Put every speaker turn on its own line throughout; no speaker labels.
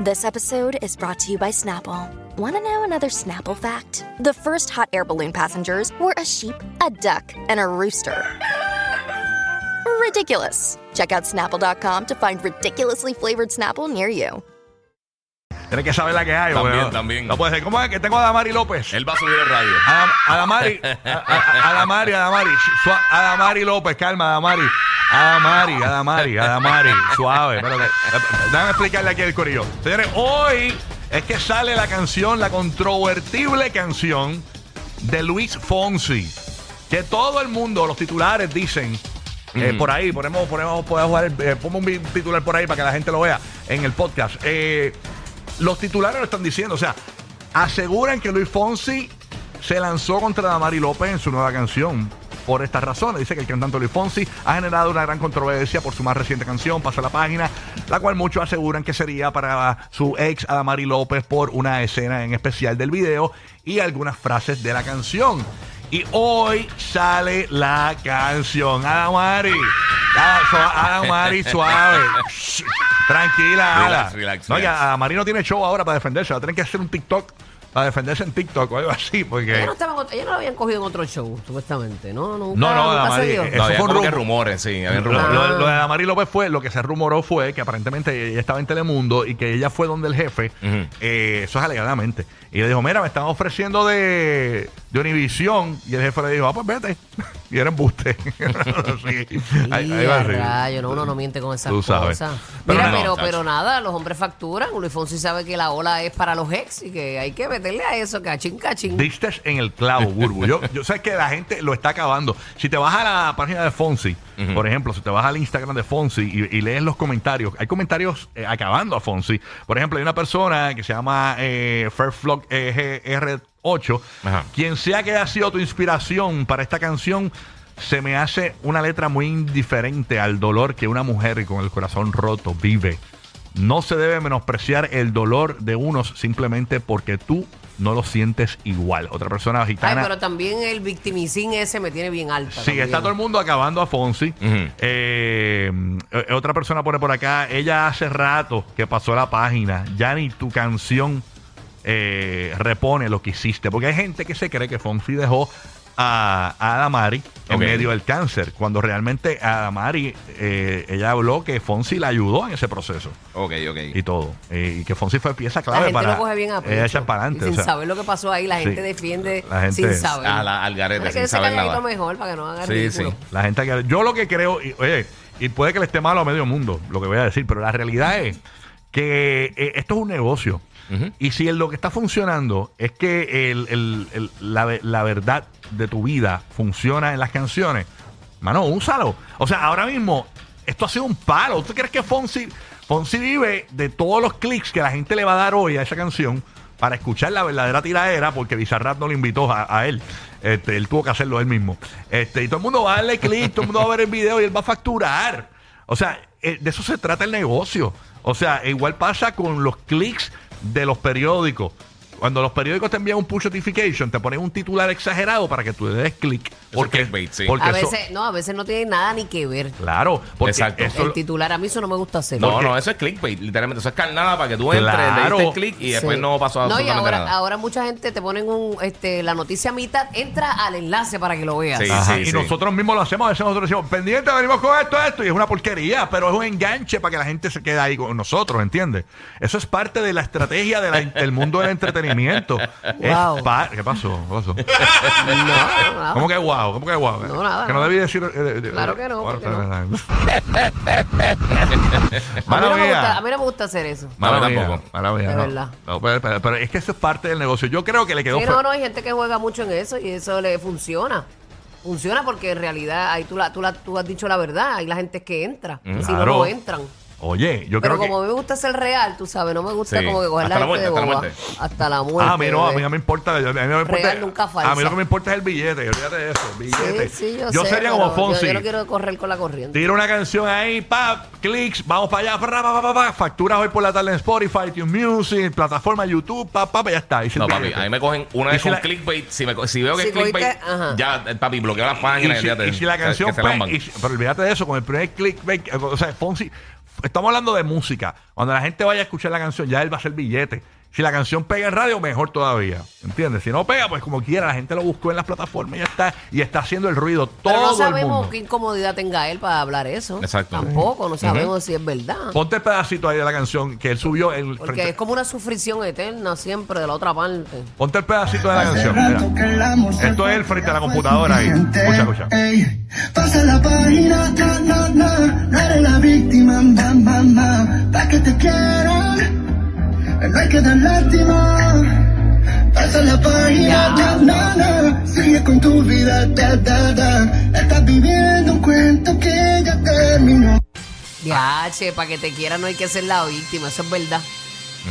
This episode is brought to you by Snapple. Want to know another Snapple fact? The first hot air balloon passengers were a sheep, a duck, and a rooster. Ridiculous. Check out snapple.com to find ridiculously flavored Snapple near you.
Tienes que saber la que hay,
También,
weón.
también.
No puede ser. ¿Cómo es que tengo a Damari López?
Él va a subir el radio.
Adam- Adamari. A- a- Adamari, Adamari. Ch- sua- Adamari López, calma, Adamari. Adamari, Adamari, Adamari. Suave, espérate. Déjame explicarle aquí el corillo. Señores, hoy es que sale la canción, la controvertible canción de Luis Fonsi. Que todo el mundo, los titulares dicen. eh, por ahí, ponemos, ponemos, podemos jugar, el- eh, pongo un vi- titular por ahí para que la gente lo vea en el podcast. Eh, los titulares lo están diciendo, o sea, aseguran que Luis Fonsi se lanzó contra Damari López en su nueva canción. Por estas razones, dice que el cantante Luis Fonsi ha generado una gran controversia por su más reciente canción, Pasa la página, la cual muchos aseguran que sería para su ex Adamari López por una escena en especial del video y algunas frases de la canción. Y hoy sale la canción, Adamari. Ah, sua- Adamari, suave. Shh. Tranquila,
Relax,
Ala.
relax,
No,
relax.
ya, a Ah, Marino tiene show ahora para defenderse. Va a tener que hacer un TikTok para defenderse en TikTok o algo así. Porque.
Ellos no, estaban, ellos no lo habían cogido en otro show, supuestamente, ¿no? Nunca,
No, no,
nunca
Damari,
se dio.
eh,
No,
Eso
había
fue un
como que
rumor.
rumores, sí, había
Lo,
rumores.
lo- lo de Damari López fue, lo que se rumoró fue que aparentemente ella estaba en Telemundo y que ella fue donde el jefe,
Ujú.
eh, eso es alegadamente, y le dijo, mira, me están ofreciendo de, de Univisión, y el jefe le dijo, ah, pues vete, y era embuste. sí.
Y a rayo, no, uno no miente con esas
Tú sabes.
cosas.
Pero
Mira,
no,
pero,
chacho.
pero nada, los hombres facturan. Luis Fonsi sabe que la ola es para los ex y que hay que meterle a eso, cachín, cachín.
Diste en el clavo, Burbu. Yo, yo sé que la gente lo está acabando. Si te vas a la página de Fonsi, por ejemplo, si te vas al Instagram de Fonsi y, y lees los comentarios, hay comentarios eh, acabando a Fonsi. Por ejemplo, hay una persona que se llama eh, Fairflock eh, GR8.
Ajá.
Quien sea que haya sido tu inspiración para esta canción, se me hace una letra muy indiferente al dolor que una mujer con el corazón roto vive. No se debe menospreciar el dolor de unos simplemente porque tú no lo sientes igual. Otra persona
Ay,
gitana.
pero también el victimicín ese me tiene bien alta.
Sí,
también.
está todo el mundo acabando a Fonsi.
Ujú.
Eh, eh, otra persona pone por acá, ella hace rato que pasó la página, ya ni tu canción eh, repone lo que hiciste. Porque hay gente que se cree que Fonsi dejó a, a Adamari en
Ok.
medio del cáncer, cuando realmente Adamari, eh, ella habló que Fonsi la ayudó en ese proceso
Ok, ok.
y todo. Eh, y que Fonsi fue pieza
La
clave
gente
para
lo coge bien a pecho.
ella echar para
Y
adelante.
Sin
o sea.
saber lo que pasó ahí, la
sí.
gente defiende
La gente-
sin saber.
A la- al garete,
Pero
sin
que se
saber
calladito
nada.
mejor para que no hagan
Sí,
ridículo.
sí.
La gente que. Yo lo que creo. Y, oye, y puede que le esté malo a medio mundo, lo que voy a decir, pero la realidad es que eh, esto es un negocio. Y si en lo que está funcionando es que el- el- el- la, ve- la verdad de tu vida funciona en las canciones, mano, úsalo. O sea, ahora mismo, esto ha sido un palo. ¿Tú crees que Fonsi, Fonsi vive de todos los clics que la gente le va a dar hoy a esa canción? para escuchar la verdadera tiradera, porque Bizarrap no lo invitó a, a él. Este, él tuvo que hacerlo él mismo. Este, y todo el mundo va a darle clic, todo el mundo va a ver el video y él va a facturar. O sea, eh, de eso se trata el negocio. O sea, igual pasa con los clics de los periódicos. Cuando los periódicos te envían un push notification, te ponen un titular exagerado para que tú le des clic.
clickbait, sí.
porque
A
eso-
veces, no, a veces no tiene nada ni que ver.
claro, porque
Exacto.
eso-
el titular, a mí eso no me gusta hacerlo.
No,
Porque-
no, eso es clickbait, literalmente. Eso es carnada para que tú entres,
Claro.
le diste click y después
Sí.
no pasó
No, y
absolutamente
ahora,
nada.
ahora mucha gente te ponen un, este, la noticia a mitad, entra al enlace para que lo veas.
Sí.
Ajá, y
sí.
nosotros mismos lo hacemos, a veces nosotros decimos, pendiente, venimos con esto, esto, y es una porquería, pero es un enganche para que la gente se quede ahí con nosotros, ¿entiendes? Eso es parte de la estrategia de la- del mundo del entretenimiento. Es
Wow.
pa- ¿Qué pasó? ¿Qué pasó?
No, no, nada.
¿Cómo que guau? ¿Cómo que guau?
No, nada,
Que no
nada.
debí decir... eh, eh,
Claro que no,
ahora-
¿por qué no? A mí,
Mala
no me gusta, a
mía.
mí no me gusta hacer eso.
Ma-
Mala
A mí
mía,
tampoco.
mala mía,
De
no.
verdad.
No, pero, pero- pero es que eso es parte del negocio. Yo creo que le quedó...
Sí,
fe-
no, no, hay gente que juega mucho en eso y eso le funciona. Funciona porque en realidad ahí tú, la, tú, la, tú has dicho la verdad, hay la gente que entra. Si no,
Mm, Claro.
no entran.
Oye, yo
Pero
creo
como
que.
a mí me gusta ser real, tú sabes, no me gusta
Sí.
como que coger
Hasta la
gente de
muerte, hasta la
boba.
muerte.
Hasta la muerte.
Ah, a mí no, a mí
bebé.
no me importa. yo- A mí, no me importa
Real nunca falsa.
a mí lo que me importa es el billete, olvídate de eso, el billete.
Sí, sí, yo,
yo
sé,
sería como
pero yo-
Fonsi.
Yo, no quiero correr con la corriente.
Tiro una canción ahí, pap, clics, vamos para allá, pra, pa, pa, pa, pa, facturas hoy por la tarde en Spotify, Tune Music, plataforma YouTube, pap, pap, ya está. hice el
No, papi,
billete.
a mí me cogen una
Y
vez
si
con
la-
clickbait. Si, me co- si veo que
Si
es clickbait,
cogiste, ajá.
ya, eh, papi, bloqueo las páginas.
y, si,
olvídate,
y si la
que-
canción
que se
fue-
lamban.
y si- pero olvídate de eso con el primer clickbait eh, o sea Fonsi estamos hablando de música cuando la gente vaya a escuchar la canción ya él va a hacer billete si la canción pega en radio mejor todavía ¿entiendes? si no pega pues como quiera la gente lo buscó en las plataformas y ya está y está haciendo el ruido todo
Pero no
el
sabemos
mundo
qué incomodidad tenga él para hablar eso.
Exacto.
Tampoco, no sabemos si es verdad.
ponte el pedacito ahí de la canción que él subió en
Porque es como una sufrición eterna siempre de la otra parte.
ponte el pedacito de la canción mira.
Esto es el frente a la computadora ahí. Escucha, escucha. Pasa la página, na, na, na. No eres la víctima, ma, ma, ma. Pa' que te quieran, no hay que dar lástima. Pasa la página, na, na, na. Sigue con tu vida, da, da, da. Estás viviendo un cuento que ya terminó.
Ya,
Ah.
che, para que te quieran no hay que ser la víctima, eso es verdad.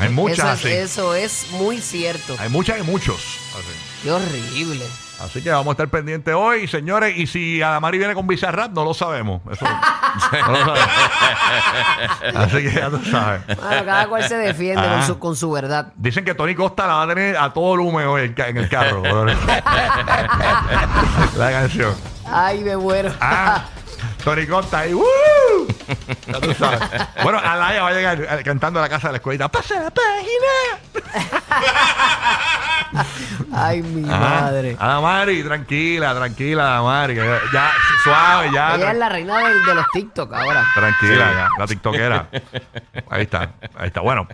hay muchas así
eso, es, eso es muy cierto.
hay muchas y muchos así
Qué horrible.
Así que vamos a estar pendientes hoy, señores. Y si Adamari viene con Bizarrap, no lo sabemos. Eso, no lo sabemos. Así que ya tú sabes.
Bueno, cada cual se defiende con,
Ah.
su, con su verdad.
Dicen que Tony Costa la va a tener a todo volumen hoy en ca- en el carro. la canción.
Ay, me muero.
Ah, Tony Costa ahí. ¡woo! Ya tú sabes. Bueno, Alaya va a llegar eh, cantando a la casa de la escuelita. ¡Pasa la página!
Ay, mi
Ah.
madre.
Adamari, tranquila, tranquila, Adamari. que Ya, ya, suave, ya.
Ella
tranquila.
es la reina del- de los TikTok ahora.
Tranquila, ya, la tiktokera. Ahí está, ahí está. Bueno,